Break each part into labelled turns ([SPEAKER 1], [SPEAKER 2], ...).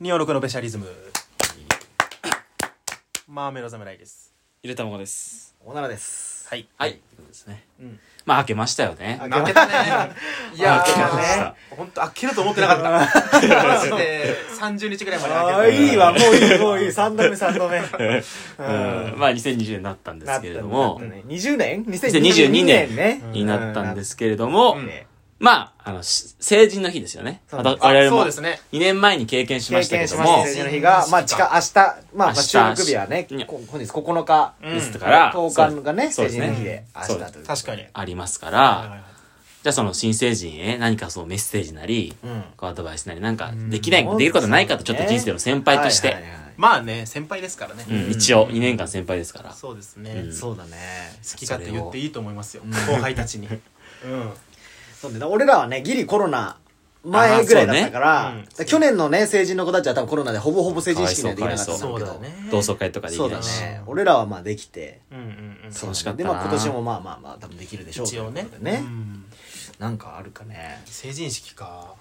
[SPEAKER 1] 246のベシャリズムマーメロ侍です
[SPEAKER 2] ゆでたまごです
[SPEAKER 3] おならです。
[SPEAKER 1] はい
[SPEAKER 2] はいということですね
[SPEAKER 1] うん
[SPEAKER 2] まあ開けましたよ ね
[SPEAKER 3] あ
[SPEAKER 4] 負けたね。いや
[SPEAKER 2] 開けまし
[SPEAKER 4] ーね
[SPEAKER 2] た。
[SPEAKER 4] 本当あっけると思ってなかった。 マジで30日ぐらいまで開け
[SPEAKER 1] あ
[SPEAKER 4] た
[SPEAKER 1] あいいわもういいもういい3度目3度 目
[SPEAKER 2] うんまあ2020年になったんですけれども
[SPEAKER 1] なったね
[SPEAKER 3] 20年
[SPEAKER 2] 2022
[SPEAKER 3] ?2022
[SPEAKER 2] 年
[SPEAKER 3] 年ね。
[SPEAKER 2] になったんですけれども、
[SPEAKER 4] うん
[SPEAKER 2] まあ、あの、し成人の日ですよね。
[SPEAKER 3] そう
[SPEAKER 2] ま
[SPEAKER 3] で
[SPEAKER 2] た
[SPEAKER 3] す
[SPEAKER 2] 我々
[SPEAKER 4] そう
[SPEAKER 2] も
[SPEAKER 4] ですね。
[SPEAKER 2] 2年前に経験しま
[SPEAKER 3] 経
[SPEAKER 2] したけ
[SPEAKER 3] 験
[SPEAKER 2] ど
[SPEAKER 3] しました
[SPEAKER 2] も、
[SPEAKER 3] 成人の日が、まあ近、明日、まあ
[SPEAKER 2] 明
[SPEAKER 3] まあ
[SPEAKER 2] 日
[SPEAKER 3] 収録日はね、
[SPEAKER 2] うん
[SPEAKER 3] こ本日9日
[SPEAKER 2] ですから、
[SPEAKER 3] 10日がね、
[SPEAKER 2] そうで
[SPEAKER 3] 成
[SPEAKER 2] す
[SPEAKER 3] 人の日で、明
[SPEAKER 2] そう
[SPEAKER 3] 日
[SPEAKER 2] です
[SPEAKER 3] という。
[SPEAKER 4] 確かに。
[SPEAKER 2] ありますか
[SPEAKER 4] はいは
[SPEAKER 2] ら、
[SPEAKER 4] い
[SPEAKER 2] じゃあその新成人へ何かそうメッセージなり、
[SPEAKER 4] うん
[SPEAKER 2] こうアドバイスなり、なんかできない、
[SPEAKER 3] うん
[SPEAKER 2] できることないかと、ちょっと人生の先輩とし
[SPEAKER 3] はいはい
[SPEAKER 2] て、
[SPEAKER 3] はい
[SPEAKER 4] まあね、先輩ですからね。
[SPEAKER 2] うん一応2年間先輩ですから、
[SPEAKER 4] そうですね。
[SPEAKER 2] うん
[SPEAKER 4] 好
[SPEAKER 3] そうだね。
[SPEAKER 4] き勝手言っていいと思いますよ。後輩たちに。うん。
[SPEAKER 3] そうね。俺らはね、ギリコロナ前ぐらいだったから、
[SPEAKER 4] あーそうね
[SPEAKER 3] だから去年のね、成人の子たちは多分コロナでほぼほぼ成人式にはできなかったんだけ
[SPEAKER 2] か
[SPEAKER 3] ど。
[SPEAKER 4] そうだね。
[SPEAKER 2] 同窓会とかでき
[SPEAKER 3] そう
[SPEAKER 2] な
[SPEAKER 3] だ
[SPEAKER 2] いし、
[SPEAKER 3] ね。俺らはまあできて、
[SPEAKER 4] うんうんうん。
[SPEAKER 2] 楽しかった
[SPEAKER 3] で、
[SPEAKER 2] な
[SPEAKER 3] まあ今年もまあまあまあ多分できるでしょう
[SPEAKER 4] 一応ね
[SPEAKER 3] ということでね
[SPEAKER 4] う。ん
[SPEAKER 3] なんかあるかね。
[SPEAKER 4] 成人式か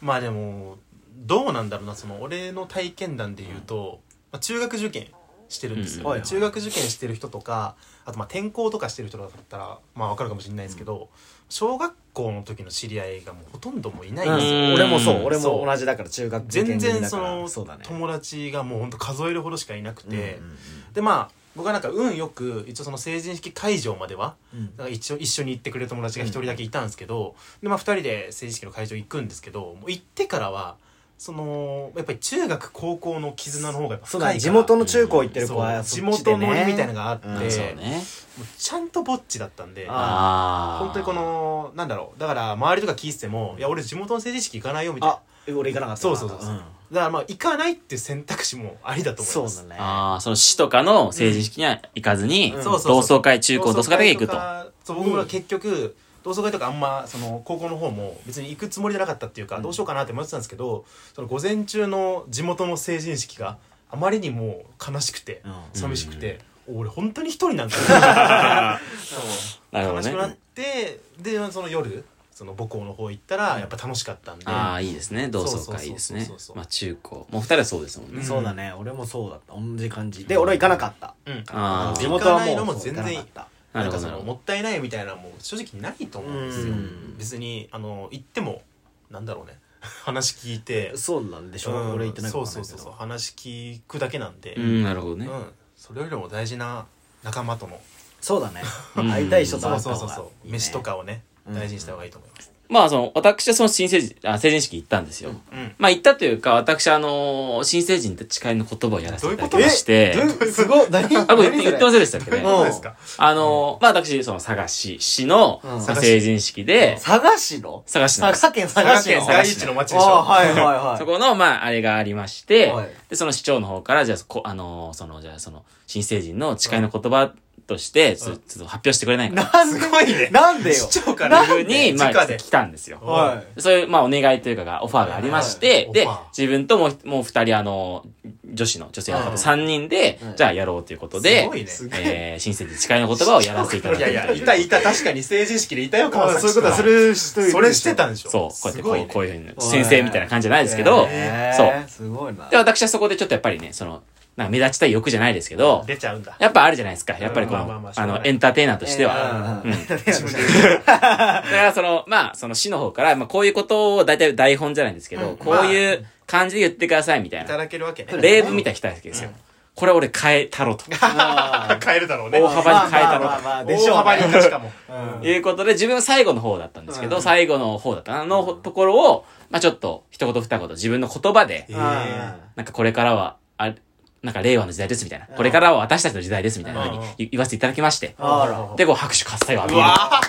[SPEAKER 4] まあでもどうなんだろうなその俺の体験談で言うと、まあ、中学受験してるんですよ、
[SPEAKER 2] うんはいはい
[SPEAKER 4] 中学受験してる人とかあとまあ転校とかしてる人だったらまあわかるかもしれないですけど、小学校の時の知り合いがもうほとんどもういないんですよ、
[SPEAKER 2] うん
[SPEAKER 3] 俺もそう、俺
[SPEAKER 4] そ
[SPEAKER 3] も
[SPEAKER 4] う
[SPEAKER 3] 同じだから中学受
[SPEAKER 4] 全
[SPEAKER 3] 験組
[SPEAKER 4] 然
[SPEAKER 3] だ
[SPEAKER 4] そ
[SPEAKER 3] から
[SPEAKER 4] の
[SPEAKER 3] そうだね。
[SPEAKER 4] 友達がもうほんと数えるほどしかいなくて、
[SPEAKER 3] うんうん
[SPEAKER 4] でまあ僕はなんか運よく一応その成人式会場までは
[SPEAKER 3] うん
[SPEAKER 4] なんか一緒一緒に行ってくれる友達が一人だけいたんですけど、でまあ、2人で成人式の会場行くんですけどもう行ってからはそのやっぱり中学高校の絆の方がやっぱ深
[SPEAKER 3] そう
[SPEAKER 4] いか
[SPEAKER 3] だ
[SPEAKER 4] ら
[SPEAKER 3] ね、地元の中高行ってる子
[SPEAKER 4] そう
[SPEAKER 3] は
[SPEAKER 4] 地
[SPEAKER 3] そっち
[SPEAKER 4] 元
[SPEAKER 3] でね、
[SPEAKER 4] のりみたいなのがあって、
[SPEAKER 3] うん
[SPEAKER 2] うんそうね。
[SPEAKER 4] もうちゃんとぼっちだったんで
[SPEAKER 3] あ
[SPEAKER 2] あー
[SPEAKER 4] 本当にこ、のなんだろうだから周りとか聞いてても「いや俺地元の成人式行かないよ」みたいな
[SPEAKER 3] あ、俺行かなかったな。
[SPEAKER 4] そうそうそうそう、だからまあ行かないっていう選択肢もありだと
[SPEAKER 3] ん
[SPEAKER 4] 思い
[SPEAKER 3] そ
[SPEAKER 4] ま
[SPEAKER 3] う
[SPEAKER 4] す
[SPEAKER 3] だね。
[SPEAKER 2] ああ、その市とかの成人式には行かずに、
[SPEAKER 3] うん
[SPEAKER 4] そうそうそう
[SPEAKER 2] 同窓会、中高同窓会だけ行くと。
[SPEAKER 4] そう僕も結局同窓会とかあんまその高校の方も別に行くつもりじゃなかったっていうかどうしようかなって思ってたんですけどその午前中の地元の成人式があまりにも悲しくて
[SPEAKER 3] うん
[SPEAKER 4] 寂しくて俺本当に一人なん かそう
[SPEAKER 2] なるほど
[SPEAKER 4] 悲しくなっ
[SPEAKER 2] ね。
[SPEAKER 4] てでその夜その母校の方行ったらやっぱ楽しかったんで
[SPEAKER 2] ああ、いいですね。同窓会ですね
[SPEAKER 4] そうそうそうそう。
[SPEAKER 2] まあ中高。もう二人はそうですもんね。
[SPEAKER 4] うん
[SPEAKER 3] そうだね、俺もそうだった。同じ感じ。で、俺は行かなかった。
[SPEAKER 4] うん
[SPEAKER 2] あー
[SPEAKER 3] 地元は
[SPEAKER 4] 行かない
[SPEAKER 3] も
[SPEAKER 4] の
[SPEAKER 3] う
[SPEAKER 4] も
[SPEAKER 3] そう
[SPEAKER 4] 全
[SPEAKER 3] 行かな
[SPEAKER 4] 然
[SPEAKER 3] かった。
[SPEAKER 2] な
[SPEAKER 4] な
[SPEAKER 2] る
[SPEAKER 4] んか
[SPEAKER 2] ほど
[SPEAKER 4] そ
[SPEAKER 2] なる
[SPEAKER 4] の
[SPEAKER 2] ほ
[SPEAKER 4] もったいないみたいなのも正直ないと思うんですよ
[SPEAKER 3] うん
[SPEAKER 4] 別にあの行ってもなんだろうね 話聞いて
[SPEAKER 3] そうなんでしょ
[SPEAKER 4] うん
[SPEAKER 3] 俺行ってないか
[SPEAKER 4] そう
[SPEAKER 3] ら。
[SPEAKER 4] そうそうそう話聞くだけなんで
[SPEAKER 2] ど。うん、なるほどね。
[SPEAKER 4] うんそれよりも大事な仲間との
[SPEAKER 3] そうだね。
[SPEAKER 2] うん
[SPEAKER 3] 会いたい人と
[SPEAKER 4] そ
[SPEAKER 3] 会
[SPEAKER 4] う
[SPEAKER 3] った
[SPEAKER 4] そう
[SPEAKER 3] 方
[SPEAKER 4] そう
[SPEAKER 3] が
[SPEAKER 4] そう
[SPEAKER 3] いいね
[SPEAKER 4] 飯と。かをね
[SPEAKER 3] うん
[SPEAKER 4] 大事にした方がいいと思います
[SPEAKER 2] まあその、私はその新成人、あ、成人式行ったんですよ。
[SPEAKER 4] うん
[SPEAKER 2] まあ行ったというか、私あのー、新成人って誓いの言葉をやらせていただき
[SPEAKER 4] どうい
[SPEAKER 2] ま
[SPEAKER 4] うこと
[SPEAKER 2] して、
[SPEAKER 3] えすごい。何
[SPEAKER 2] あ、これ言って、言ってませんでしたっけね
[SPEAKER 3] どう。いう
[SPEAKER 4] そうですか
[SPEAKER 2] あのー、まあ私、その佐賀市、市の、
[SPEAKER 3] うん
[SPEAKER 2] まあ成人式で、
[SPEAKER 3] 佐賀市の
[SPEAKER 2] 佐賀市の
[SPEAKER 3] 佐賀県佐賀
[SPEAKER 4] 佐賀
[SPEAKER 3] 市の
[SPEAKER 4] 県
[SPEAKER 2] 佐賀
[SPEAKER 4] 第
[SPEAKER 2] 市
[SPEAKER 4] 一の町でし
[SPEAKER 3] ああ、
[SPEAKER 4] ょ
[SPEAKER 3] はいはいはい。
[SPEAKER 2] そこの、まあ、あれがありまして、
[SPEAKER 3] はい
[SPEAKER 2] で、その市長の方から、じゃあ、こあのーその、じゃあ、その、新成人の誓いの言葉として、ちょっとちょっと発表してくれないか
[SPEAKER 3] なんです
[SPEAKER 4] ごいね
[SPEAKER 3] なんでよ。
[SPEAKER 4] 市長か
[SPEAKER 2] な
[SPEAKER 4] ら
[SPEAKER 2] っていうふうに、まあ、
[SPEAKER 4] 直で
[SPEAKER 2] 来たんですよ。
[SPEAKER 3] は
[SPEAKER 2] そういう、まあ、お願いというかが、オファーがありまして、
[SPEAKER 4] はい
[SPEAKER 2] で
[SPEAKER 4] オファー、
[SPEAKER 2] 自分ともう、もう二人、あの、女子の、女性の
[SPEAKER 4] う
[SPEAKER 2] 方、
[SPEAKER 4] ん
[SPEAKER 2] 三人で、
[SPEAKER 3] うん
[SPEAKER 2] じゃあ、やろうということ
[SPEAKER 4] す
[SPEAKER 2] で
[SPEAKER 4] ごいね、
[SPEAKER 2] えー、新成人誓いの言葉をやらせていた だ
[SPEAKER 4] い
[SPEAKER 2] い
[SPEAKER 4] やい
[SPEAKER 2] て。
[SPEAKER 4] やいたいた確かに成人式でいたよ川崎市
[SPEAKER 3] は
[SPEAKER 4] は
[SPEAKER 3] る人いるでしょ
[SPEAKER 4] それしてたんでしょ
[SPEAKER 2] そう、こうやって、
[SPEAKER 4] す
[SPEAKER 2] こ
[SPEAKER 4] ご
[SPEAKER 2] う、
[SPEAKER 4] いね
[SPEAKER 2] こういうふうに、先生みたいな感じじゃないですけど、
[SPEAKER 3] へー
[SPEAKER 2] そう
[SPEAKER 3] すごいな
[SPEAKER 2] で、私はそこでちょっとやっぱりね、その、なんか目立ちたい欲じゃないですけど、
[SPEAKER 4] 出ちゃうんだ
[SPEAKER 2] やっぱあるじゃないですか。やっぱりこ
[SPEAKER 4] まあまあま
[SPEAKER 2] の
[SPEAKER 4] あ、しょう
[SPEAKER 2] あ
[SPEAKER 4] がない
[SPEAKER 2] の、エンターテイナーとしては。
[SPEAKER 3] うんうんうん
[SPEAKER 4] 自分で
[SPEAKER 2] だからその、まあ、その市の方から、まあこういうことを大体台本じゃないんですけ
[SPEAKER 4] う
[SPEAKER 2] ど、
[SPEAKER 4] ん
[SPEAKER 2] こういう感じで言ってくださいみたい
[SPEAKER 4] いた
[SPEAKER 2] な。
[SPEAKER 4] だけるわけね
[SPEAKER 2] 例文みたいに来たわけですよ。これ俺変えたろと。
[SPEAKER 3] あ
[SPEAKER 4] 変えるだろうね
[SPEAKER 2] 大幅に変えたろ
[SPEAKER 3] まあまあまあまあでしょうね
[SPEAKER 4] 大幅にしかもうん
[SPEAKER 2] いうことで、自分は最後の方だったんですけど、最後の方だったなあのところを、まあちょっと、一言二言自分の言葉で
[SPEAKER 4] え、
[SPEAKER 3] ー
[SPEAKER 4] ー
[SPEAKER 2] なんかこれからは、あなんか令和の時代ですみたいな。これからは私たちの時代ですみたいな風に言言わせていただきまして。
[SPEAKER 3] あら
[SPEAKER 2] で、こう拍手喝采を浴
[SPEAKER 4] う
[SPEAKER 2] びる。
[SPEAKER 4] わー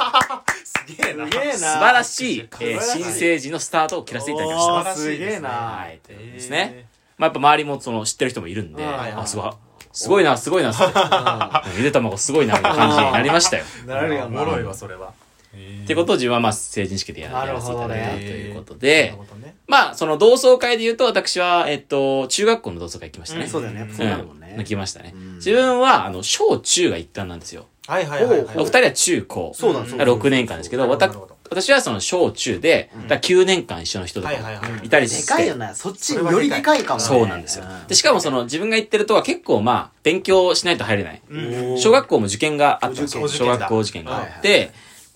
[SPEAKER 4] すげえな
[SPEAKER 3] すげえな
[SPEAKER 2] 素晴らしい、えー
[SPEAKER 3] 素晴らしい
[SPEAKER 2] 新成人のスタートを切らせていただきました。
[SPEAKER 3] おーすげえな
[SPEAKER 2] はい、ということですね。まあ、やっぱ周りもその知ってる人もいるんで、
[SPEAKER 3] はい
[SPEAKER 2] あ、すごい、すごいな、すごいなっつって、うんゆで卵すごいな、みたいな感じになりましたよ。
[SPEAKER 3] なるよ
[SPEAKER 4] お
[SPEAKER 3] な
[SPEAKER 4] もろいわそれは
[SPEAKER 2] ってことを自分はまあ、成人式でやらや
[SPEAKER 3] なる
[SPEAKER 2] らせてい
[SPEAKER 3] ほ
[SPEAKER 2] た
[SPEAKER 3] ど
[SPEAKER 2] だ
[SPEAKER 3] ね
[SPEAKER 2] いたということ
[SPEAKER 4] な
[SPEAKER 2] で
[SPEAKER 4] る、ほどね
[SPEAKER 2] まあ、その同窓会で言うと、私は、えっと、中学校の同窓会行きましたね。
[SPEAKER 3] そうだよねやっぱそうなるもん
[SPEAKER 2] ん行
[SPEAKER 3] ね
[SPEAKER 2] きましたね
[SPEAKER 3] うん。
[SPEAKER 2] 自分は、あの、小中が一貫なんですよ。
[SPEAKER 4] はいはいはいはい
[SPEAKER 2] お二人は中高。
[SPEAKER 3] そうだ
[SPEAKER 4] うん
[SPEAKER 3] そうだ
[SPEAKER 2] 6年間ですけど、
[SPEAKER 4] そう
[SPEAKER 2] わた
[SPEAKER 4] なるほど
[SPEAKER 2] 私はその小中で、だ9年間一緒の人とか
[SPEAKER 4] はいはいはい
[SPEAKER 2] いたり
[SPEAKER 3] で
[SPEAKER 2] して。
[SPEAKER 3] かいよね。そっちよりでかいかもね。
[SPEAKER 2] そうなんですよ。で、しかもその自分が行ってるとは結構まあ、勉強しないと入れない。
[SPEAKER 4] うん
[SPEAKER 2] 小学校も受験があったんです
[SPEAKER 4] お
[SPEAKER 2] よ。
[SPEAKER 4] 受
[SPEAKER 2] 小
[SPEAKER 4] 験だ
[SPEAKER 2] 学校受験があっ
[SPEAKER 3] はい
[SPEAKER 2] て、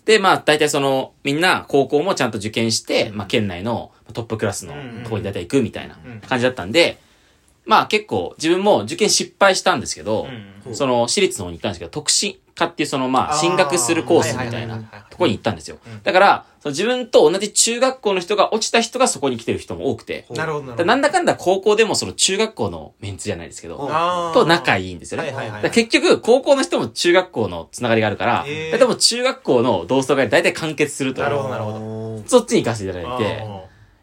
[SPEAKER 2] で、まあ、大体その、みんな高校もちゃんと受験して、まあ、県内のトップクラスのとこに大体行くみたいな
[SPEAKER 4] うん
[SPEAKER 2] 感じだったんで、まあ結構自分も受験失敗したんですけど、
[SPEAKER 4] うん
[SPEAKER 2] その私立の方に行ったんですけど、特進科っていうそのまあ
[SPEAKER 4] あー
[SPEAKER 2] 進学するコースみ
[SPEAKER 4] はい
[SPEAKER 2] た
[SPEAKER 4] はいいはい
[SPEAKER 2] な
[SPEAKER 4] はい
[SPEAKER 2] ところに行ったんですよ
[SPEAKER 4] うん。
[SPEAKER 2] だから、その自分と同じ中学校の人が落ちた人がそこに来てる人も多くて、
[SPEAKER 4] なるほどなるほ
[SPEAKER 2] だ
[SPEAKER 4] ど
[SPEAKER 2] なんだかんだ高校でもその中学校のメンツじゃないですけど、
[SPEAKER 4] あー
[SPEAKER 2] と仲いいんですよね。
[SPEAKER 4] はいはいはい
[SPEAKER 2] だから結局、高校の人も中学校のつながりがあるから、
[SPEAKER 4] へー
[SPEAKER 2] でもう中学校の同窓会で大体完結するという
[SPEAKER 4] なるほどなるほど
[SPEAKER 3] ど。
[SPEAKER 2] そっちに行かせていただいて、い
[SPEAKER 4] あ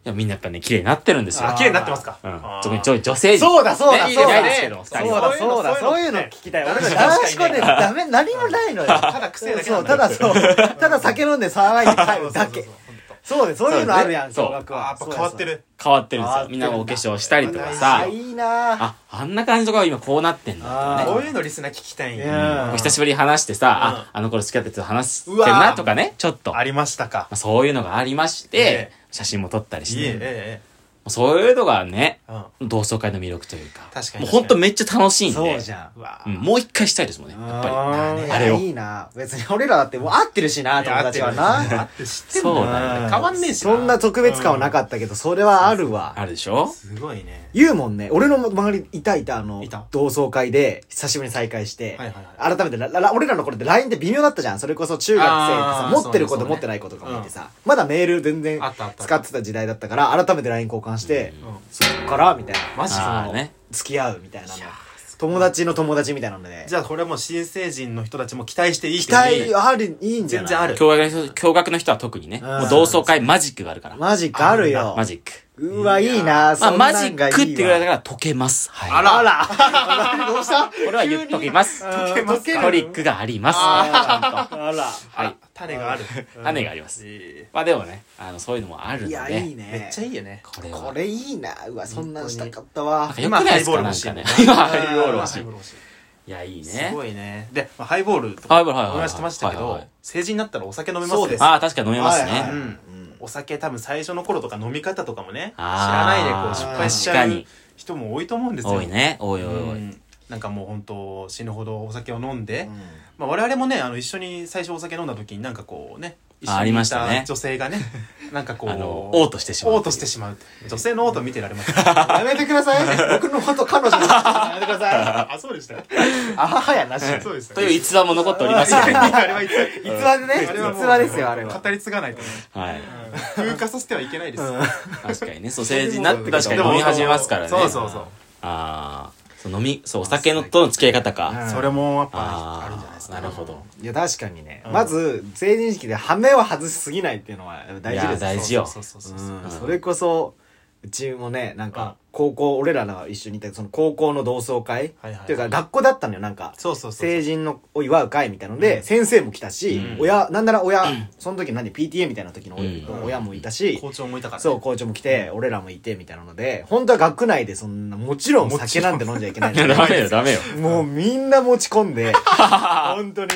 [SPEAKER 2] やみんなやっぱね、綺麗になってるんです
[SPEAKER 4] ー
[SPEAKER 2] よ。
[SPEAKER 4] あ綺麗になってますか
[SPEAKER 2] うん
[SPEAKER 4] あー
[SPEAKER 2] 特にちょい女性陣。
[SPEAKER 3] そうだそうだ
[SPEAKER 2] ね
[SPEAKER 3] そう
[SPEAKER 2] いい
[SPEAKER 3] だ
[SPEAKER 2] ねです
[SPEAKER 3] ね。
[SPEAKER 2] けど、
[SPEAKER 3] そ
[SPEAKER 2] 二
[SPEAKER 3] う
[SPEAKER 2] 人は。
[SPEAKER 3] だそうだそういうの聞きたい。
[SPEAKER 4] そういうの聞
[SPEAKER 3] 俺
[SPEAKER 4] きたい
[SPEAKER 3] 男子校ね、ダメ、何もないのよ。
[SPEAKER 4] ただ癖だけ
[SPEAKER 3] そ
[SPEAKER 4] な
[SPEAKER 3] う、
[SPEAKER 4] んだ
[SPEAKER 3] ただそう。ただ酒飲んで騒いで帰
[SPEAKER 4] そう
[SPEAKER 3] る
[SPEAKER 4] そうそうそう
[SPEAKER 3] だけ。そうで、そういうのあるやん、
[SPEAKER 2] そう
[SPEAKER 3] 小学
[SPEAKER 4] あーや
[SPEAKER 3] は
[SPEAKER 4] っ。ぱ変わってる
[SPEAKER 2] 変わってるんです
[SPEAKER 3] 変わっ
[SPEAKER 2] よ。
[SPEAKER 3] て
[SPEAKER 2] みん
[SPEAKER 3] るん
[SPEAKER 2] な
[SPEAKER 3] だ
[SPEAKER 2] がお化粧したりとか
[SPEAKER 3] そう
[SPEAKER 2] さ
[SPEAKER 3] です。、いいなぁ。
[SPEAKER 2] あ、あんな感じの子が今こうなってんだって
[SPEAKER 3] あ
[SPEAKER 2] ね。
[SPEAKER 4] こういうのリスナー聞きたいん
[SPEAKER 3] い
[SPEAKER 4] や
[SPEAKER 3] や
[SPEAKER 2] 久しぶりに話してさ、あ、あの頃付き合ってた人と話してんなとかね、ちょっと。
[SPEAKER 4] ありましたか
[SPEAKER 2] まあそういうのがありまして、
[SPEAKER 4] ええ
[SPEAKER 2] 写真も撮ったりし
[SPEAKER 4] い
[SPEAKER 2] て、
[SPEAKER 4] ええ
[SPEAKER 2] そういうのがね、
[SPEAKER 4] ええうん
[SPEAKER 2] 同窓会の魅力というか、
[SPEAKER 4] 確かに
[SPEAKER 2] もう本当めっちゃ楽しいんで、
[SPEAKER 3] そうじゃん。
[SPEAKER 4] わ
[SPEAKER 2] うんもう一回したいですもんね、やっぱ
[SPEAKER 3] あ
[SPEAKER 2] り。
[SPEAKER 3] ー
[SPEAKER 2] あれを。
[SPEAKER 3] いいなぁ。別に俺らだってもう合ってるしな、友達はな。
[SPEAKER 4] あって知ってん
[SPEAKER 2] そう
[SPEAKER 4] だ
[SPEAKER 2] だよね。
[SPEAKER 4] 変わんねえし
[SPEAKER 3] そんな特別感はなかったけど、それはあるわ。
[SPEAKER 2] あるでしょ
[SPEAKER 4] すごいね
[SPEAKER 3] 言うもんね。俺の周りいたいた、あの
[SPEAKER 4] いた、
[SPEAKER 3] 同窓会で、久しぶりに再会して
[SPEAKER 4] はいはい、
[SPEAKER 3] 改めてラ、ラ俺らの頃って LINE って微妙だったじゃん。それこそ中学生って
[SPEAKER 4] あ、
[SPEAKER 3] さ
[SPEAKER 4] ー
[SPEAKER 3] 持ってる子
[SPEAKER 4] そうねそう
[SPEAKER 3] と
[SPEAKER 4] ね
[SPEAKER 3] 持ってない子とかもいてさ、まだメール全然
[SPEAKER 4] あったあった
[SPEAKER 3] 使ってた時代だったから、改めて LINE 交換して
[SPEAKER 4] う、ん
[SPEAKER 3] そっから、みたいな。
[SPEAKER 4] マジ
[SPEAKER 2] ああね。
[SPEAKER 3] 付き合うみたいなの
[SPEAKER 4] いやー
[SPEAKER 3] 友達の友達みたいなので
[SPEAKER 4] じゃあこれはもう新成人の人たちも期待していい
[SPEAKER 3] 期待あるいいんじゃな
[SPEAKER 4] 全
[SPEAKER 3] い
[SPEAKER 4] 然ある
[SPEAKER 2] 驚愕の人、驚愕の人は特にね、
[SPEAKER 3] うん
[SPEAKER 2] もう同窓会マジックがあるから。
[SPEAKER 3] マジかあるよ
[SPEAKER 2] マジック。
[SPEAKER 3] うわいいな
[SPEAKER 2] ま
[SPEAKER 3] そ
[SPEAKER 2] あ、
[SPEAKER 3] んな
[SPEAKER 2] マ
[SPEAKER 3] んが
[SPEAKER 2] ジ
[SPEAKER 3] いい
[SPEAKER 2] ッ
[SPEAKER 3] わ
[SPEAKER 2] クってぐらいだから解けます。はい。
[SPEAKER 4] あら
[SPEAKER 3] あらどうした
[SPEAKER 2] これは言っときます。
[SPEAKER 3] 解
[SPEAKER 4] けますか
[SPEAKER 2] トリックがあります。
[SPEAKER 3] あら
[SPEAKER 2] はい。
[SPEAKER 4] 種がある
[SPEAKER 2] 種があります。
[SPEAKER 4] え
[SPEAKER 2] まあでもね、あの、そういうのもあるので。
[SPEAKER 3] いやいい
[SPEAKER 4] え
[SPEAKER 3] ね
[SPEAKER 4] めっちゃいいよね
[SPEAKER 2] これは。
[SPEAKER 3] これいいなうわそんなんしたかったわ
[SPEAKER 2] よくないですかなんかね。今、ハイボール欲しい。
[SPEAKER 4] 今ハイボール欲しい
[SPEAKER 2] いや、いい
[SPEAKER 4] す
[SPEAKER 2] ね
[SPEAKER 4] ご。いねでまあハイボールと
[SPEAKER 2] ハ
[SPEAKER 4] か
[SPEAKER 2] イボールはいはいはい
[SPEAKER 4] お話してましたけ
[SPEAKER 2] はいは
[SPEAKER 4] ど
[SPEAKER 2] い
[SPEAKER 4] 成人になったらお酒飲めますよ
[SPEAKER 3] そうです
[SPEAKER 2] ああ、確かに飲めます
[SPEAKER 3] はいは
[SPEAKER 4] う
[SPEAKER 3] い
[SPEAKER 2] ね。
[SPEAKER 4] んお酒多分最初の頃とか飲み方とかもね知ら
[SPEAKER 2] あ
[SPEAKER 4] な
[SPEAKER 2] ー
[SPEAKER 4] いでこう失敗しちゃ
[SPEAKER 2] 確か
[SPEAKER 4] う
[SPEAKER 2] に
[SPEAKER 4] 人も多いと思うんですよ
[SPEAKER 2] 多いね。多い多い多
[SPEAKER 4] う
[SPEAKER 2] い。
[SPEAKER 4] んなんかもう本当死ぬほどお酒を飲んで、
[SPEAKER 3] うん
[SPEAKER 4] まあ、我々もねあの一緒に最初お酒飲んだ時になんかこうね一
[SPEAKER 2] あ
[SPEAKER 4] 緒
[SPEAKER 2] り
[SPEAKER 4] に
[SPEAKER 2] ま
[SPEAKER 4] い
[SPEAKER 2] したね
[SPEAKER 4] た女性が ねなんかこう
[SPEAKER 2] あの嘔吐してしまう
[SPEAKER 4] 嘔吐してしまう女性の嘔吐見てられます
[SPEAKER 3] やめてください僕のこと彼女のことやめてください
[SPEAKER 4] あそうでしたね
[SPEAKER 3] あははやなし
[SPEAKER 4] そうでした
[SPEAKER 2] という逸話も残っております。
[SPEAKER 4] あれは 逸
[SPEAKER 3] 逸話でね
[SPEAKER 4] あれはもう
[SPEAKER 3] 逸話ですよあれは
[SPEAKER 4] 語り継がないとね
[SPEAKER 2] はい。
[SPEAKER 4] 風化させてはいけないです
[SPEAKER 2] 確かにね、そう、成人になって確か
[SPEAKER 4] で
[SPEAKER 2] に
[SPEAKER 4] も
[SPEAKER 2] 飲み始めますからね。
[SPEAKER 4] そうそうそう
[SPEAKER 2] ああ、そう飲み、そう、お酒のとの付き合い方
[SPEAKER 3] う
[SPEAKER 2] か。
[SPEAKER 3] ん
[SPEAKER 4] それもやっ
[SPEAKER 2] あ
[SPEAKER 4] ぱ
[SPEAKER 2] ー
[SPEAKER 4] あるんじゃないですか
[SPEAKER 2] なるほど。
[SPEAKER 3] いや確かにね
[SPEAKER 4] うん
[SPEAKER 3] まず成人式で羽目を外しすぎないっていうのは大事
[SPEAKER 2] い
[SPEAKER 3] で
[SPEAKER 2] や
[SPEAKER 3] す
[SPEAKER 2] 大事よ
[SPEAKER 4] そうそうそうそう
[SPEAKER 3] うんそれこそうちもねなん
[SPEAKER 4] うん
[SPEAKER 3] か高校俺らが一緒にいたその高校の同窓会
[SPEAKER 4] はいはい
[SPEAKER 3] っていうか学校だったのよなんか
[SPEAKER 4] そうそうそう
[SPEAKER 3] 成人のを祝う会みたいので先生も来たし
[SPEAKER 2] うん
[SPEAKER 3] 親なんなら親その時何 PTA みたいな時の親
[SPEAKER 2] うん
[SPEAKER 3] 親もいたし
[SPEAKER 4] 校長もいたからね
[SPEAKER 3] そう校長も来て俺らもいてみたいなので本当は学内でそんなもちろん
[SPEAKER 4] もちろん
[SPEAKER 3] 酒なんて飲んじゃいけない ん
[SPEAKER 2] いや、
[SPEAKER 3] だけ
[SPEAKER 2] ダ
[SPEAKER 3] ど
[SPEAKER 2] メよ、ダメよ。
[SPEAKER 3] もうみんな持ち込んで本当に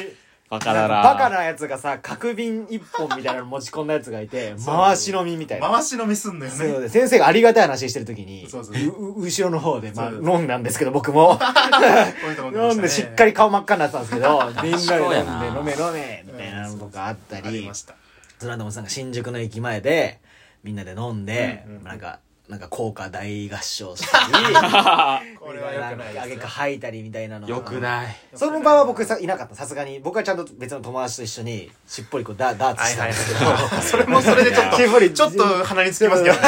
[SPEAKER 2] バカだ
[SPEAKER 3] なん
[SPEAKER 2] な。
[SPEAKER 3] かバカなやつがさ角瓶一本みたいなの持ち込んだやつがい て回し飲みみたいな
[SPEAKER 4] 回し飲みすんのよ
[SPEAKER 3] そう
[SPEAKER 4] ね
[SPEAKER 3] で先生がありがたい話してる時に
[SPEAKER 4] そうそう
[SPEAKER 3] うう後ろの方で、まあ、
[SPEAKER 4] そう
[SPEAKER 3] 飲んだんですけど 僕
[SPEAKER 4] こ
[SPEAKER 3] も
[SPEAKER 4] ういうとこ
[SPEAKER 3] 飲んでしっか
[SPEAKER 4] り
[SPEAKER 3] り顔真っ赤になってたんですけどみん
[SPEAKER 2] そうや
[SPEAKER 3] な
[SPEAKER 2] な
[SPEAKER 3] で飲んで 飲め飲めみたいなのとかあった
[SPEAKER 4] あり
[SPEAKER 3] り
[SPEAKER 4] ました
[SPEAKER 3] その後もなんか新宿の駅前でみんなで飲んで、
[SPEAKER 4] うんうん
[SPEAKER 3] なんかなんか効果大合唱したり
[SPEAKER 4] これはよくない
[SPEAKER 3] んかあ
[SPEAKER 4] で
[SPEAKER 3] げ
[SPEAKER 4] す
[SPEAKER 3] か
[SPEAKER 4] ね
[SPEAKER 3] 吐いたりみたいなの
[SPEAKER 2] よくない。
[SPEAKER 3] その場は僕さいなかったさすがに僕はちゃんと別の友達と一緒にしっぽりこうダダーツ
[SPEAKER 4] はい
[SPEAKER 3] したん
[SPEAKER 4] はい
[SPEAKER 3] ですけど、
[SPEAKER 4] はいそれもそれでちょっと
[SPEAKER 3] しっぽり
[SPEAKER 4] ちょっと鼻につきます けど
[SPEAKER 3] お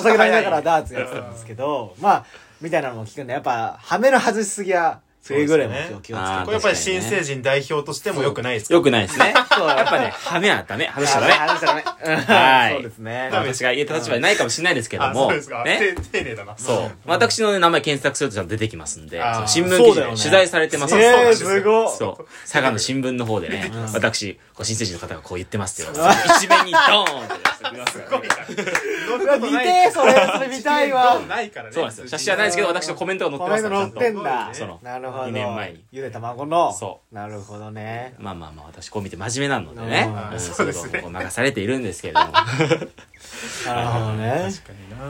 [SPEAKER 3] 酒飲みながらダーツやってたんですけど、まあ、みたいなのも聞くんで、やっぱ、はめの外しすぎは、それぐらいも気を気をつ
[SPEAKER 2] あ
[SPEAKER 3] け
[SPEAKER 2] ー
[SPEAKER 4] こ
[SPEAKER 3] て。
[SPEAKER 4] れやっぱり新成人代表としてもよくないですか
[SPEAKER 2] よくないですね。
[SPEAKER 3] そう
[SPEAKER 2] やっぱね、羽目はダメ、外しちゃダメ。
[SPEAKER 3] 外したらね。うん
[SPEAKER 2] はい
[SPEAKER 3] そうですね。
[SPEAKER 4] ダメ
[SPEAKER 2] 私が言えた立場にないかもしれないですけど
[SPEAKER 4] あ
[SPEAKER 2] も、
[SPEAKER 4] そうですか
[SPEAKER 2] ね
[SPEAKER 4] て。丁寧だな
[SPEAKER 2] そう。私のね名前検索するとちゃんと出てきますんで、
[SPEAKER 4] あー
[SPEAKER 2] その新聞記
[SPEAKER 3] そう
[SPEAKER 2] 事
[SPEAKER 3] だ
[SPEAKER 2] で
[SPEAKER 3] よね
[SPEAKER 2] 取材されてます
[SPEAKER 4] そうそう
[SPEAKER 3] え
[SPEAKER 4] な
[SPEAKER 3] ー、
[SPEAKER 4] んですよ
[SPEAKER 3] すごい。
[SPEAKER 2] そう。佐賀の新聞の方でね、私、こう新成人の方がこう言ってますよ。 一面にドーンって出してくれますす
[SPEAKER 4] ご
[SPEAKER 2] か
[SPEAKER 4] い
[SPEAKER 2] ら
[SPEAKER 4] な
[SPEAKER 2] ね。
[SPEAKER 4] 乗
[SPEAKER 3] う
[SPEAKER 4] る
[SPEAKER 3] わ
[SPEAKER 4] こ
[SPEAKER 3] 見
[SPEAKER 4] とない
[SPEAKER 3] て、それ、それ見たいわ
[SPEAKER 4] 地球儀。ないからね
[SPEAKER 2] そうなんですよ。写真はないですけど、私のコメントが載っ
[SPEAKER 3] こ
[SPEAKER 2] てます
[SPEAKER 3] の間
[SPEAKER 2] から、
[SPEAKER 3] 乗
[SPEAKER 2] ちゃ
[SPEAKER 3] っ
[SPEAKER 2] んと
[SPEAKER 3] て。んだ。
[SPEAKER 2] その
[SPEAKER 3] なるほど
[SPEAKER 2] 2年前に
[SPEAKER 3] ゆで卵の
[SPEAKER 2] そう
[SPEAKER 3] なるほどね
[SPEAKER 2] まあまあまあ私こう見て真面目なのでね
[SPEAKER 3] うん
[SPEAKER 2] ん
[SPEAKER 4] そうですね
[SPEAKER 2] いことをこう流されているんですけれども
[SPEAKER 3] なるほどね
[SPEAKER 4] 確かに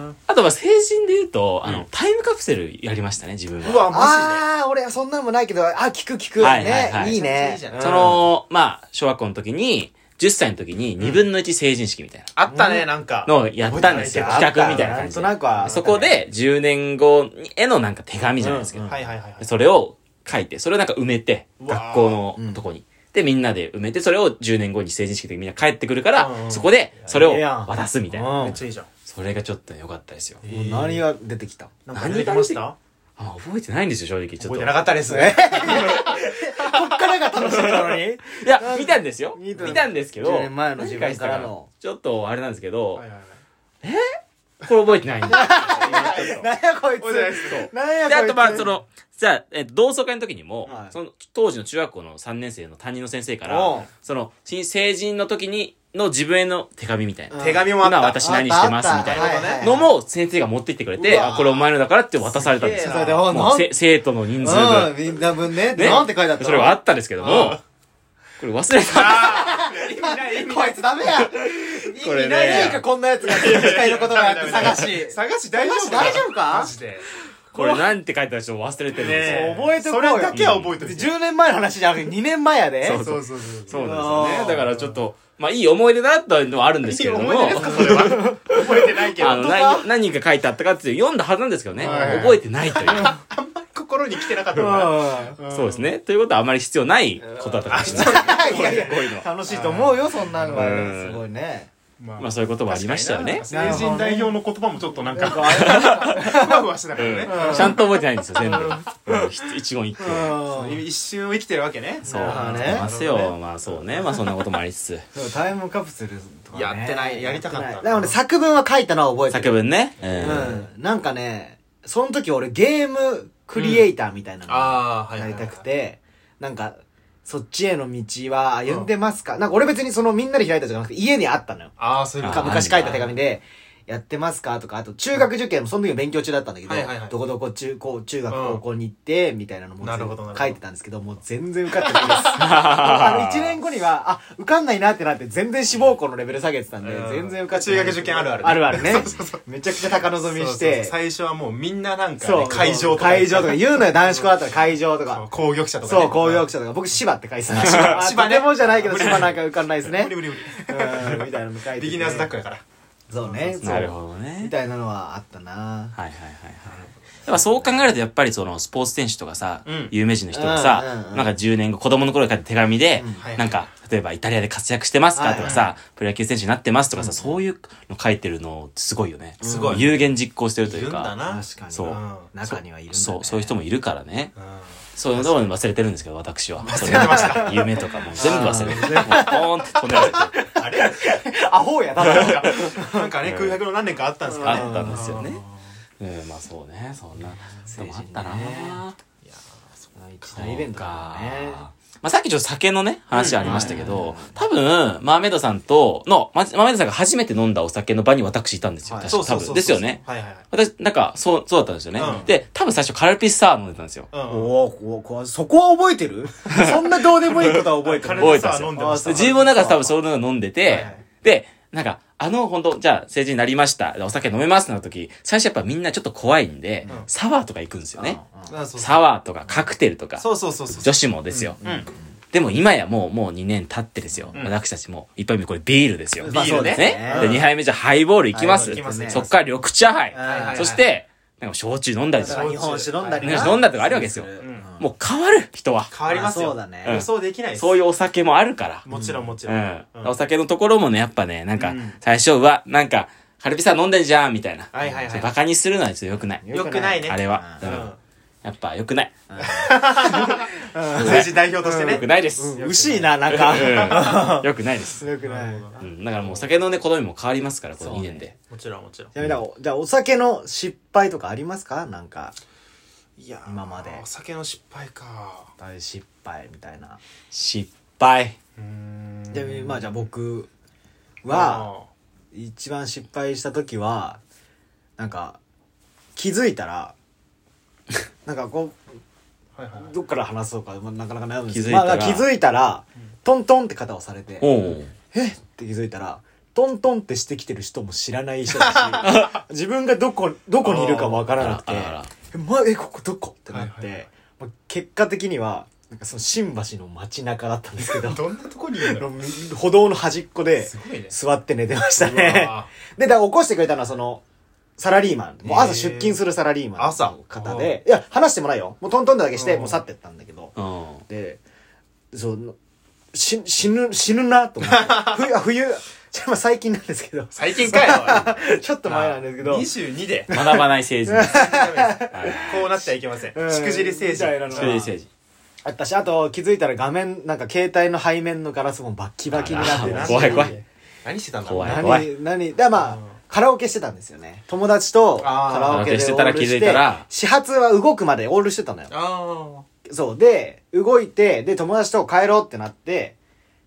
[SPEAKER 4] な
[SPEAKER 2] あとは成人で言うとあの、タイムカプセルやりましたね自分は
[SPEAKER 4] うわマ
[SPEAKER 3] ああ俺はそんなのもないけどあ聞く聞く
[SPEAKER 2] はいはいは
[SPEAKER 3] ね
[SPEAKER 2] い
[SPEAKER 3] いいね
[SPEAKER 4] めちゃくちゃいいじゃん
[SPEAKER 2] そのまあ小学校の時に10歳の時に2分の1成人式みたいな
[SPEAKER 4] ジであったねなんか
[SPEAKER 2] のをやったんですよ
[SPEAKER 4] 覚え
[SPEAKER 2] 企画みたいな
[SPEAKER 3] あ
[SPEAKER 2] 感
[SPEAKER 3] った
[SPEAKER 2] じ
[SPEAKER 3] なんとなくはあっ
[SPEAKER 2] で
[SPEAKER 3] たね
[SPEAKER 2] そこで10年後にへのなんか手紙じゃないですけど、
[SPEAKER 3] うん
[SPEAKER 4] はいはいはいはい
[SPEAKER 2] それを書いてそれをなんか埋めて
[SPEAKER 4] うわー
[SPEAKER 2] 学校のとこに、でみんなで埋めてそれを10年後に成人式でみんな帰ってくるから、
[SPEAKER 4] うんうん
[SPEAKER 2] そこでそれを
[SPEAKER 3] いや
[SPEAKER 2] 渡すみたいな
[SPEAKER 3] うん
[SPEAKER 4] めっちゃいいじゃん
[SPEAKER 2] それがちょっと良かったですよ
[SPEAKER 4] えー
[SPEAKER 3] 何が出てきた
[SPEAKER 4] なんか出てきました
[SPEAKER 2] あ覚えてないんですよ正直ちょっ
[SPEAKER 4] 覚
[SPEAKER 2] と
[SPEAKER 4] えてなかったです
[SPEAKER 3] えこっからが楽しみなのに
[SPEAKER 2] いや見たんですよ
[SPEAKER 3] 見
[SPEAKER 2] 見
[SPEAKER 3] た
[SPEAKER 2] たんですけど
[SPEAKER 3] 10年前の自分からの
[SPEAKER 2] ちょっとあれなんですけど、
[SPEAKER 4] はいはいはい
[SPEAKER 2] これ覚えてないんです
[SPEAKER 3] なんやこい
[SPEAKER 4] 覚えてないです
[SPEAKER 3] つなんやこいつ
[SPEAKER 2] で、あとまあ、その、じゃあ、えっと同窓会の時にも、
[SPEAKER 3] はい
[SPEAKER 2] その、当時の中学校の3年生の担任の先生か
[SPEAKER 3] おう
[SPEAKER 2] ら、その、新成人の時に、の自分への手紙みたいな。
[SPEAKER 3] うん
[SPEAKER 4] 手紙もあった
[SPEAKER 2] 今私何してますみたい
[SPEAKER 3] あったあった
[SPEAKER 2] な
[SPEAKER 3] はい
[SPEAKER 2] のも先生が持ってきてくれ
[SPEAKER 4] う
[SPEAKER 2] て、
[SPEAKER 4] わ
[SPEAKER 2] あ、これお前のだからって渡されたんで
[SPEAKER 4] す
[SPEAKER 2] すよ
[SPEAKER 4] げ。え
[SPEAKER 3] それで
[SPEAKER 4] な
[SPEAKER 3] お
[SPEAKER 2] も
[SPEAKER 3] な
[SPEAKER 2] うせ生徒の人数
[SPEAKER 3] う
[SPEAKER 2] 分
[SPEAKER 3] ん。みんな分ね
[SPEAKER 2] ね
[SPEAKER 3] なんて書いてあったの
[SPEAKER 2] それがあったんですけども、これ忘れた。
[SPEAKER 3] こいつダメや
[SPEAKER 2] これね
[SPEAKER 3] いないかこんなやつが司会のことがあって 探し
[SPEAKER 4] 探し大丈夫か
[SPEAKER 3] 探し大丈夫か
[SPEAKER 4] マジで
[SPEAKER 2] これなんて書いてある人忘れてるんです
[SPEAKER 4] ね
[SPEAKER 2] よ。
[SPEAKER 3] 覚えとこうよ
[SPEAKER 4] それだけは覚えといて
[SPEAKER 3] 10年前の話じゃなくて2年前やで
[SPEAKER 2] そう
[SPEAKER 4] そうそうそう
[SPEAKER 2] そう
[SPEAKER 4] う
[SPEAKER 2] なんですよ
[SPEAKER 3] うわ
[SPEAKER 2] ね。だからちょっと、まあいい思い出だったのはあるんですけれども。
[SPEAKER 4] いい思い出ですかそれは覚えてないけど
[SPEAKER 2] あの、何、何が書いてあったかっていう読んだはずなんですけどね。
[SPEAKER 4] はい
[SPEAKER 2] 覚えてないという。
[SPEAKER 4] あんまり心に来てなかった
[SPEAKER 3] う
[SPEAKER 4] も
[SPEAKER 3] ん
[SPEAKER 4] んな
[SPEAKER 2] そうですね。ということはあまり必要ないことだったかもしれない。
[SPEAKER 3] いやいや
[SPEAKER 2] こういうのは。
[SPEAKER 3] 楽しいと思うよそんなのは
[SPEAKER 2] うん
[SPEAKER 3] すごいね
[SPEAKER 2] まあそういうこともありましたよね。
[SPEAKER 4] 成人代表の言葉もちょっとなんか、ふわふわしながらね。
[SPEAKER 2] ちゃんと覚えてないんですよ、全部。うんひ一言一句。
[SPEAKER 4] そう
[SPEAKER 3] う
[SPEAKER 4] 一瞬を生きてるわけね。
[SPEAKER 2] そう。
[SPEAKER 3] なるほどね
[SPEAKER 2] ますよ。まあそうね。まあそんなこともありつつ。
[SPEAKER 3] んタイムカプセルとかね
[SPEAKER 4] やってないやりたかった
[SPEAKER 3] やてないだからね作文は書いたのは覚えて
[SPEAKER 2] 作
[SPEAKER 3] る
[SPEAKER 2] 文ね。う
[SPEAKER 3] うんなんかねその時俺ゲームクリエイターみたいなの
[SPEAKER 4] ああ、はい。
[SPEAKER 3] なりたく。て、なんか、そっちへの道は歩んでますか、なんか俺別にそのみんなで開いたじゃなくて家にあったのよ。
[SPEAKER 4] ああ、そういうこと
[SPEAKER 3] か
[SPEAKER 2] あー
[SPEAKER 4] か。
[SPEAKER 3] 昔書いた手紙で、やってますかとか、あと中学受験もその時は勉強中だったんだけど、
[SPEAKER 4] はいはいはい
[SPEAKER 3] どこどこ中高、中学、
[SPEAKER 4] うん
[SPEAKER 3] 高校に行って、みたいなのも
[SPEAKER 4] なるほどなるほど
[SPEAKER 3] 書いてたんですけど、もう全然受かってないです。あの1年後には、あ、受かんないなってなって全然志望校のレベル下げてたんで、
[SPEAKER 4] うん
[SPEAKER 3] 全然受かってない。
[SPEAKER 4] 中学受験あるあるね
[SPEAKER 3] あるあるね
[SPEAKER 4] そうそうそう。
[SPEAKER 3] めちゃくちゃ高望み
[SPEAKER 4] そ
[SPEAKER 3] し
[SPEAKER 4] うそう
[SPEAKER 3] て、
[SPEAKER 4] 最初はもうみんななんか
[SPEAKER 3] そ
[SPEAKER 4] ね
[SPEAKER 3] う、
[SPEAKER 4] 会場とか。
[SPEAKER 3] 会場とか言うのよ、男子校だったら会場とか
[SPEAKER 4] そう。攻撃者とかね。
[SPEAKER 3] そう、公用者とか。僕、芝って書いてた。
[SPEAKER 4] 芝
[SPEAKER 3] あ
[SPEAKER 4] 芝ね
[SPEAKER 3] とてもじゃないけど、芝なんか浮かんないですね
[SPEAKER 4] 無。理無理無
[SPEAKER 3] うんみたいなの書いてて。
[SPEAKER 4] 理。ビギナーズタックだから。
[SPEAKER 3] そうね。そう
[SPEAKER 2] なるほどね
[SPEAKER 3] み。たいなのはあったな
[SPEAKER 2] はいはいはいはい。やっぱそう考えるとやっぱりそのスポーツ選手とかさ、
[SPEAKER 4] うん
[SPEAKER 2] 有名人の人が
[SPEAKER 3] うんうん
[SPEAKER 2] さ、
[SPEAKER 3] うん
[SPEAKER 2] なんか10年後、子供の頃に書いた手紙で
[SPEAKER 3] うん
[SPEAKER 4] はい、
[SPEAKER 2] なんか、例えばイタリアで活躍してますかとか
[SPEAKER 3] はい
[SPEAKER 2] さ、プロ野球選手になってますとかさ、そういうの書いてるのすごいよね。
[SPEAKER 4] すごい
[SPEAKER 2] 有言実行してると
[SPEAKER 4] い
[SPEAKER 2] い
[SPEAKER 4] る
[SPEAKER 2] うん
[SPEAKER 4] だ
[SPEAKER 2] か、
[SPEAKER 4] な。
[SPEAKER 3] 確かに。
[SPEAKER 2] そう
[SPEAKER 3] 中にはいるんだね。
[SPEAKER 2] そう、そういう人もいるからね。
[SPEAKER 4] うん
[SPEAKER 2] そういうのを忘れてるんですけど、私は。忘
[SPEAKER 4] れてました
[SPEAKER 2] 夢とかもう全部忘れてる。もうポーンって飛んでられて。
[SPEAKER 4] あれ
[SPEAKER 3] アホや、だから。
[SPEAKER 4] なんかね、空白の何年かあったんですかね。
[SPEAKER 2] あったんですよね。うん、まあそうね、そんな。でもあった
[SPEAKER 3] 成人
[SPEAKER 2] な
[SPEAKER 3] ね一大イベントだからね。
[SPEAKER 2] まあ、さっきちょっと酒のね、話ありましたけど、多分、マーメイドさんとの、まマーメイドさんが初めて飲んだお酒の場に私いたんですよ。
[SPEAKER 3] はい
[SPEAKER 2] 確
[SPEAKER 4] そ
[SPEAKER 2] か
[SPEAKER 4] うそ
[SPEAKER 2] 多
[SPEAKER 4] うそうそ
[SPEAKER 2] 分。
[SPEAKER 4] う。
[SPEAKER 2] ですよね。
[SPEAKER 4] はいはいはい。
[SPEAKER 2] 私、なんか、そう、そうだったんですよね。
[SPEAKER 4] うん
[SPEAKER 2] で、多分最初カルピスサワー飲んでたんですよ。
[SPEAKER 4] うんうん
[SPEAKER 3] おおこわそこは覚えて るそんなどうでもいいことは覚えて
[SPEAKER 4] カ
[SPEAKER 3] る。
[SPEAKER 4] ル
[SPEAKER 2] 覚
[SPEAKER 4] ピス
[SPEAKER 2] えて
[SPEAKER 4] サワー
[SPEAKER 2] ますよ
[SPEAKER 4] 飲んでました
[SPEAKER 2] で。自分の中で多分そういうの飲んでて、
[SPEAKER 4] はいはい
[SPEAKER 2] で、なんか、あの、本当じゃあ、成人になりました。お酒飲めますな時、最初やっぱみんなちょっと怖いんで、
[SPEAKER 4] うん
[SPEAKER 2] サワーとか行くんですよね。
[SPEAKER 4] あそう
[SPEAKER 2] サワーとかカクテルとか、
[SPEAKER 4] そうそうそうそう。
[SPEAKER 2] 女子もですよ。
[SPEAKER 4] うん。
[SPEAKER 2] でも今やもう、もう2年経ってですよ。
[SPEAKER 4] うん
[SPEAKER 2] 私たちも、一杯目これビールですよ。
[SPEAKER 4] まあそうです
[SPEAKER 3] ね
[SPEAKER 2] ね
[SPEAKER 3] う
[SPEAKER 2] で、
[SPEAKER 3] ん
[SPEAKER 2] 2杯目じゃあハイボールいきます。
[SPEAKER 4] ハイボールいきますね
[SPEAKER 2] そっから緑茶杯
[SPEAKER 3] はいはいは。い
[SPEAKER 2] そして、なんか焼酎飲んだりす
[SPEAKER 3] だから
[SPEAKER 2] る。
[SPEAKER 3] 日本酒飲んだり
[SPEAKER 2] 日本酒飲んだりとかあるわけですよ
[SPEAKER 3] うん
[SPEAKER 2] もう変わる、人は。
[SPEAKER 4] 変わりますよ。
[SPEAKER 3] まあそうだね
[SPEAKER 4] 予想できないです。
[SPEAKER 2] そういうお酒もあるから。
[SPEAKER 4] もちろんもちろん。
[SPEAKER 2] うん。お酒のところもね、やっぱね、なんか、最初は、なんか、カルピサ飲んでんじゃんみたいな。
[SPEAKER 4] はいはいはい
[SPEAKER 2] それバカにするのはちょっと良くない。
[SPEAKER 4] よくないね。
[SPEAKER 2] あれは。
[SPEAKER 4] う
[SPEAKER 2] うんんやっぱ良くない。
[SPEAKER 4] 政治代表として
[SPEAKER 2] 良
[SPEAKER 4] ね
[SPEAKER 2] く。な いです。
[SPEAKER 3] うしいな、なんか。
[SPEAKER 2] うん良くないです。
[SPEAKER 3] 強くない。
[SPEAKER 2] うん。だからもうお酒のね、好みも変わりますから、この2年で。
[SPEAKER 4] もちろんもちろん
[SPEAKER 3] ち。なみにだからじゃあお酒の失敗とかありますかなんか
[SPEAKER 4] いやー
[SPEAKER 3] 今まで
[SPEAKER 4] お酒の失敗か。
[SPEAKER 3] 大失敗みたいな、
[SPEAKER 2] 失敗。
[SPEAKER 4] うーん
[SPEAKER 3] ちなみにまあじゃあ僕
[SPEAKER 4] あ
[SPEAKER 3] は一番失敗した時は なんか気づいたらなんかこう
[SPEAKER 4] はいはい
[SPEAKER 3] どっから話そうか、まあ、なかなか悩むんです
[SPEAKER 2] 気づ
[SPEAKER 3] け
[SPEAKER 2] い
[SPEAKER 3] ど、
[SPEAKER 2] た
[SPEAKER 3] ま
[SPEAKER 2] ら
[SPEAKER 3] あ、気づいたら、トントンって肩をされて、
[SPEAKER 2] おう
[SPEAKER 3] えっって気づいたら、トントンってしてきてる人も知らない人だ し、自分がどこ、どこにいるかもわからなくて
[SPEAKER 2] あらあらあら、
[SPEAKER 3] え、ま、え、ここどこってなっ
[SPEAKER 4] はいはいはい
[SPEAKER 3] て、まあ結果的には、なんかその新橋の街中だったんですけど、
[SPEAKER 4] どんなとこにいるの
[SPEAKER 3] 歩道の端っこです
[SPEAKER 4] ごいね
[SPEAKER 3] 座って寝てました
[SPEAKER 4] う
[SPEAKER 3] ね
[SPEAKER 4] わ。
[SPEAKER 3] で、だから起こしてくれたのはその、サラリーマン。もう
[SPEAKER 4] へ
[SPEAKER 3] 朝
[SPEAKER 4] ー
[SPEAKER 3] 出勤するサラリーマン
[SPEAKER 4] 朝
[SPEAKER 3] の方で、いや、話してもないよ。もうトントンだけして、
[SPEAKER 4] うん、
[SPEAKER 3] もう去ってったんだけど。
[SPEAKER 2] うん。
[SPEAKER 3] で、そう、し死ぬ、死ぬなと思って。冬、あ冬、ちょまあ最近なんですけど
[SPEAKER 4] 最近かよ
[SPEAKER 3] ちょっと前なんですけ
[SPEAKER 4] お
[SPEAKER 3] ど
[SPEAKER 4] い、22で
[SPEAKER 2] 学ばない政治です。
[SPEAKER 4] こうなってはいけません
[SPEAKER 3] うん
[SPEAKER 4] しくじり政治
[SPEAKER 3] みたいなの
[SPEAKER 2] しくじり政治。
[SPEAKER 3] あったし、あと気づいたら画面、なんか携帯の背面のガラスもバッキバキになって
[SPEAKER 2] あ
[SPEAKER 3] る
[SPEAKER 2] ら
[SPEAKER 3] し
[SPEAKER 2] 怖い怖い
[SPEAKER 4] 何してたんだ
[SPEAKER 2] 怖い
[SPEAKER 3] 何、何、だからまあ、カラオケしてたんですよね。友達とカ
[SPEAKER 4] あー
[SPEAKER 3] ラオケでオールして、
[SPEAKER 2] カラオケしてたら気づいたら
[SPEAKER 3] 始発は動くまでオールしてたのよ。
[SPEAKER 4] あ
[SPEAKER 3] そう。で、動いて、で、友達と帰ろうってなって、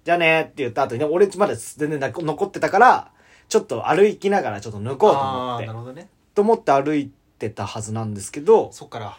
[SPEAKER 3] じゃあねって言った後に、ね、俺まだ全然な残ってたから、ちょっと歩きながらちょっと抜
[SPEAKER 4] あ
[SPEAKER 3] こうと思
[SPEAKER 4] あー
[SPEAKER 3] って
[SPEAKER 4] なる、ほどね
[SPEAKER 3] と思って歩いてたはずなんですけど、
[SPEAKER 4] そっから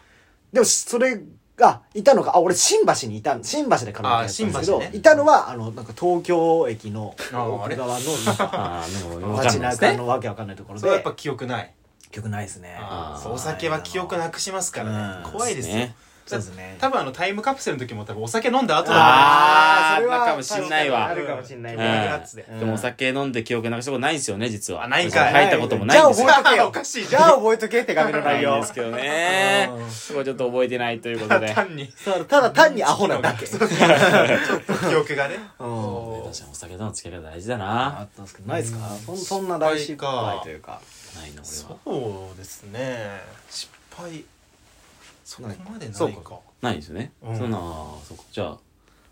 [SPEAKER 3] でもそれが、いたのが、あ、俺新橋にいた、新橋でカラオケやったんですけ
[SPEAKER 4] あー
[SPEAKER 3] ど、
[SPEAKER 4] 新橋ね
[SPEAKER 3] いたのは、あの、なんか東京駅の
[SPEAKER 4] あーあれ
[SPEAKER 3] 奥側のなんか
[SPEAKER 2] ああ、でも、わか
[SPEAKER 3] 街
[SPEAKER 2] んないです
[SPEAKER 3] 中
[SPEAKER 2] ね。
[SPEAKER 3] のわけわかんないところ
[SPEAKER 4] それはやっ
[SPEAKER 3] で
[SPEAKER 4] ぱ、記憶ない
[SPEAKER 3] 曲ないですね。
[SPEAKER 4] あー
[SPEAKER 2] ー
[SPEAKER 4] そうお酒は記憶なくしますから
[SPEAKER 3] う
[SPEAKER 4] ね
[SPEAKER 3] ん
[SPEAKER 4] 怖いですよ
[SPEAKER 2] ね
[SPEAKER 3] そうですね。
[SPEAKER 4] 多分あのタイムカプセルの時も多分お酒飲んだ後だ
[SPEAKER 2] あー
[SPEAKER 3] それは
[SPEAKER 2] あるかもしんないわ
[SPEAKER 3] あるかもしんない
[SPEAKER 4] ブラックナッツで
[SPEAKER 3] うん
[SPEAKER 2] でもお酒飲んで記憶なくしたことないんですよね、実は。
[SPEAKER 4] あないんかい
[SPEAKER 2] 入ったこともないんですよ
[SPEAKER 3] じゃ。あ覚えとけよ。
[SPEAKER 4] おかしい
[SPEAKER 3] じゃあ覚えとけ、手紙の
[SPEAKER 2] な
[SPEAKER 3] 内
[SPEAKER 2] いん
[SPEAKER 3] 容
[SPEAKER 2] で。すけどね
[SPEAKER 4] うん。
[SPEAKER 2] そこはちょっと覚えてないという こと で。
[SPEAKER 4] 単に
[SPEAKER 3] そうただ単にアホなだけ。
[SPEAKER 4] ちょっと記憶がね
[SPEAKER 3] うん。
[SPEAKER 2] 確かにお酒との付き合い方大事だ
[SPEAKER 3] あ
[SPEAKER 2] な。
[SPEAKER 3] ったんですけど、ないですかそんそんな大失敗というか。
[SPEAKER 2] ないな、俺は。
[SPEAKER 4] そうですね失敗そこまでない
[SPEAKER 3] そう
[SPEAKER 4] か
[SPEAKER 3] か
[SPEAKER 2] ないですよね。
[SPEAKER 4] うん
[SPEAKER 2] そんな、そうか。じゃあ、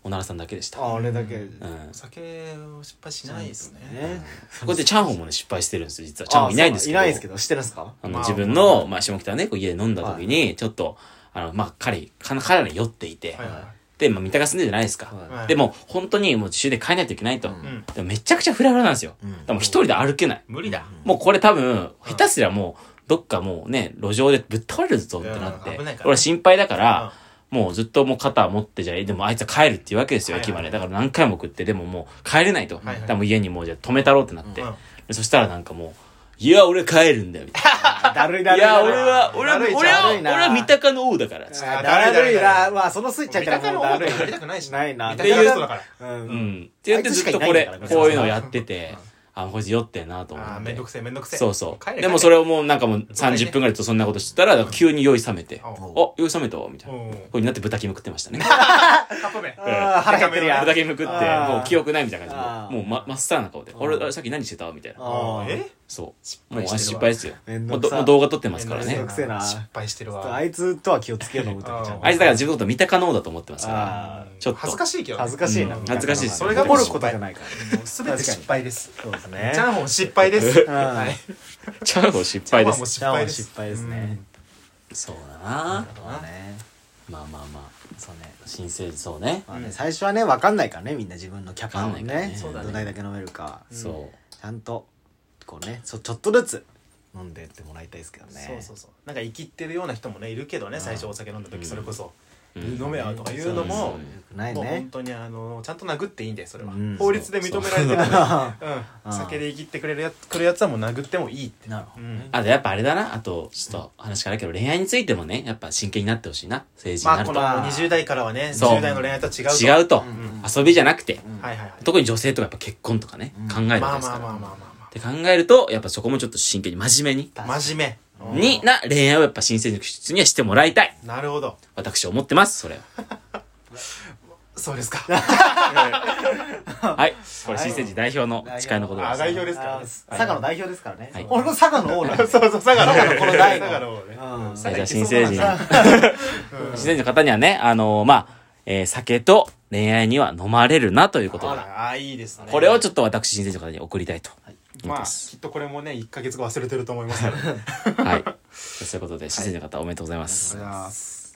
[SPEAKER 2] おならさんだけでした。
[SPEAKER 3] ああれだけ。
[SPEAKER 2] うん
[SPEAKER 4] お。酒を失敗しないですね
[SPEAKER 3] ね。
[SPEAKER 2] これでチャンホンもね、失敗してるんですよ、実は。チャンホンいないんですけど。
[SPEAKER 3] あそういないですけど、してるんですか
[SPEAKER 2] あの、
[SPEAKER 4] まあ
[SPEAKER 2] 自分の、まあ、下北のね、こう家で飲んだ時に、ちょっと、あの、まあ、彼、か彼らに酔っていて、
[SPEAKER 4] はいは
[SPEAKER 2] で、まあ、三鷹住んでるじゃないですか。
[SPEAKER 3] はい
[SPEAKER 4] はい
[SPEAKER 2] でも、本当にもう終電帰らないといけないと。
[SPEAKER 4] ん
[SPEAKER 2] でもめちゃくちゃフラフラなんですよ。
[SPEAKER 3] うん
[SPEAKER 2] でもう一人で歩けない。
[SPEAKER 4] 無理だ
[SPEAKER 2] もうこれ多分、下手すりゃもう、どっかもうね、路上でぶっ倒れるぞってなっ
[SPEAKER 4] うん
[SPEAKER 2] て
[SPEAKER 4] 危ないか、ら
[SPEAKER 2] 俺心配だから、もうずっともう肩持ってじゃあ、でもあいつは帰るっていうわけですよ、
[SPEAKER 4] はいはい
[SPEAKER 2] 駅まで。だから何回も送って、でももう帰れないと。
[SPEAKER 4] いはい
[SPEAKER 2] だからもう家にもうじゃあ止めたろうってなって
[SPEAKER 4] うん。
[SPEAKER 2] でそしたらなんかもう、いや、俺帰るんだよ、みたいな。
[SPEAKER 3] だるいだ
[SPEAKER 2] い
[SPEAKER 3] るいな。
[SPEAKER 2] や、俺は、俺は、
[SPEAKER 3] だる
[SPEAKER 2] 俺
[SPEAKER 3] いじゃん
[SPEAKER 2] は、
[SPEAKER 3] だる
[SPEAKER 2] 俺
[SPEAKER 3] いな
[SPEAKER 2] は三鷹の王だから。
[SPEAKER 4] あー
[SPEAKER 3] だるい
[SPEAKER 4] だるいだ
[SPEAKER 3] な。まあ、そのスイッチ入ったらもうだるい
[SPEAKER 4] やりたくないし
[SPEAKER 3] ないな。
[SPEAKER 4] 見たくない人だから
[SPEAKER 3] ら。う。
[SPEAKER 2] うんん。ってやって
[SPEAKER 3] あいつし
[SPEAKER 2] ずっ
[SPEAKER 3] か
[SPEAKER 2] と
[SPEAKER 3] いない
[SPEAKER 2] こ
[SPEAKER 3] んだ
[SPEAKER 2] れ
[SPEAKER 3] から、別に
[SPEAKER 2] こういうのをやってて、あ、こいつ酔ってんなと思
[SPEAKER 4] あー
[SPEAKER 2] っ
[SPEAKER 4] めん
[SPEAKER 2] て
[SPEAKER 4] ど。くせえめんどくせえ
[SPEAKER 2] そうそ
[SPEAKER 4] 帰れ
[SPEAKER 2] う。でもそ
[SPEAKER 4] れ
[SPEAKER 2] れをもうなんかもう30分ぐらいとそんなことしてたら、なんか急に酔い冷めて、
[SPEAKER 4] うん
[SPEAKER 2] あ、酔い冷めたわみたいな。こ
[SPEAKER 4] カ
[SPEAKER 2] うになって豚キム食ってましたね。
[SPEAKER 4] ップ麺
[SPEAKER 3] あー腹減ってるやん。
[SPEAKER 2] 豚キム食って、
[SPEAKER 3] あー
[SPEAKER 2] もう記憶ないみたいな感
[SPEAKER 3] あ
[SPEAKER 2] じ
[SPEAKER 3] ー
[SPEAKER 2] で、もうま真っさらな顔で、俺、あれさっき何してたみたいな。
[SPEAKER 3] あー
[SPEAKER 4] え
[SPEAKER 2] そう。も
[SPEAKER 4] 敗
[SPEAKER 2] う
[SPEAKER 4] してるわ
[SPEAKER 2] 失敗ですよ。
[SPEAKER 3] めん
[SPEAKER 2] も
[SPEAKER 3] ど
[SPEAKER 2] うど
[SPEAKER 3] くさ
[SPEAKER 2] もう動画撮ってますから
[SPEAKER 4] めん
[SPEAKER 2] ね
[SPEAKER 4] ど。
[SPEAKER 3] くせえな
[SPEAKER 4] 失敗してるわ
[SPEAKER 3] あいつとは気をつけろみたいな
[SPEAKER 4] あー
[SPEAKER 2] あいつだから自分のこと三鷹の王だと思ってますから。
[SPEAKER 3] あー
[SPEAKER 2] ちょっと
[SPEAKER 4] 恥ずかしいけどね
[SPEAKER 3] 恥ずかしいな。
[SPEAKER 4] うん
[SPEAKER 2] 恥ずかしいです
[SPEAKER 3] それが
[SPEAKER 4] それが
[SPEAKER 3] 怒
[SPEAKER 4] もう
[SPEAKER 3] る
[SPEAKER 4] 失敗
[SPEAKER 3] ことじゃないから。
[SPEAKER 4] もう全て失敗です
[SPEAKER 3] そうです
[SPEAKER 4] チ
[SPEAKER 3] ね。
[SPEAKER 4] ャーホン失敗です
[SPEAKER 3] うん
[SPEAKER 4] はい
[SPEAKER 2] チャーホン失敗で
[SPEAKER 4] チャーホンも
[SPEAKER 2] す。
[SPEAKER 4] 失敗です
[SPEAKER 3] チャーホン失敗ですね
[SPEAKER 2] そうだな
[SPEAKER 3] そうね。
[SPEAKER 2] まあまあまあ、
[SPEAKER 3] そうね。
[SPEAKER 2] 新生児そうね。
[SPEAKER 3] まあね、最初はね、わかんないからね、みんな自分のキャパを
[SPEAKER 2] わかんないからね
[SPEAKER 3] ね、
[SPEAKER 2] そうだね
[SPEAKER 3] どないだけ飲めるか、
[SPEAKER 2] そ
[SPEAKER 3] ちゃんと、こうね、そちょっとずつ飲んでってもらいたいですけどね。
[SPEAKER 4] そうそうそうなんか生きってるような人もねいるけどね最初お酒飲んだ時それこそ
[SPEAKER 2] う。
[SPEAKER 4] 飲めよとか言うの
[SPEAKER 2] そう
[SPEAKER 4] も
[SPEAKER 2] そう
[SPEAKER 3] よくない
[SPEAKER 4] もう本
[SPEAKER 3] ね。
[SPEAKER 4] 当にあのちゃんと殴っていいんでそれは
[SPEAKER 3] うん
[SPEAKER 4] 法律で認められてるうん
[SPEAKER 3] ん
[SPEAKER 4] 酒で生きってくれるやつくるやつはもう殴ってもいいって
[SPEAKER 3] なるほ
[SPEAKER 4] う
[SPEAKER 3] ど。
[SPEAKER 4] ん
[SPEAKER 2] あとやっぱあれだな。あと、ちょっと話変わるけど、恋愛についてもね、やっぱ真剣になってほしいな。成人に
[SPEAKER 4] ま
[SPEAKER 2] な
[SPEAKER 4] あ
[SPEAKER 2] る。
[SPEAKER 4] ことの20代からはね
[SPEAKER 2] そう
[SPEAKER 4] 10代の恋愛とは違うと
[SPEAKER 2] 違うと、
[SPEAKER 4] ん
[SPEAKER 2] 遊びじゃなくて、
[SPEAKER 4] はいはいはい
[SPEAKER 2] 特に女性とかやっぱ結婚とかね、考えるわけですから。
[SPEAKER 4] まあまあまあまあまあ
[SPEAKER 2] って考えると、やっぱそこもちょっと真剣に真面目に、
[SPEAKER 4] まあ真面目
[SPEAKER 2] にな恋愛をやっぱ新成人にはしてもらいたい。
[SPEAKER 4] うんなるほど
[SPEAKER 2] 私思ってます、それを。
[SPEAKER 4] そうですか
[SPEAKER 2] はい。これ新成人代表の誓いのこと
[SPEAKER 4] あ
[SPEAKER 2] です。
[SPEAKER 4] 代表ですから
[SPEAKER 3] あ
[SPEAKER 4] ね
[SPEAKER 3] ー佐賀の代表ですからね
[SPEAKER 2] はい。
[SPEAKER 3] 俺も佐賀のオーナー。
[SPEAKER 4] そう そう、佐賀の、この台の。
[SPEAKER 3] 佐賀
[SPEAKER 4] うん
[SPEAKER 2] はいじゃあ
[SPEAKER 4] 佐賀
[SPEAKER 2] 新成人。
[SPEAKER 4] 行き
[SPEAKER 2] 新成人の方にはね、あのまあ、えー酒と恋愛には飲まれるなというこ
[SPEAKER 4] そう
[SPEAKER 2] と
[SPEAKER 4] だ
[SPEAKER 2] で、
[SPEAKER 4] なあら、いいですね。
[SPEAKER 2] これをちょっと私新成人の方に送りたいと。
[SPEAKER 4] まあ、きっとこれもね、1ヶ月後忘れてると思いますから。
[SPEAKER 2] はい。そういうことで、新成人の方おめでとうございます。
[SPEAKER 3] 哎
[SPEAKER 4] ありがとうございます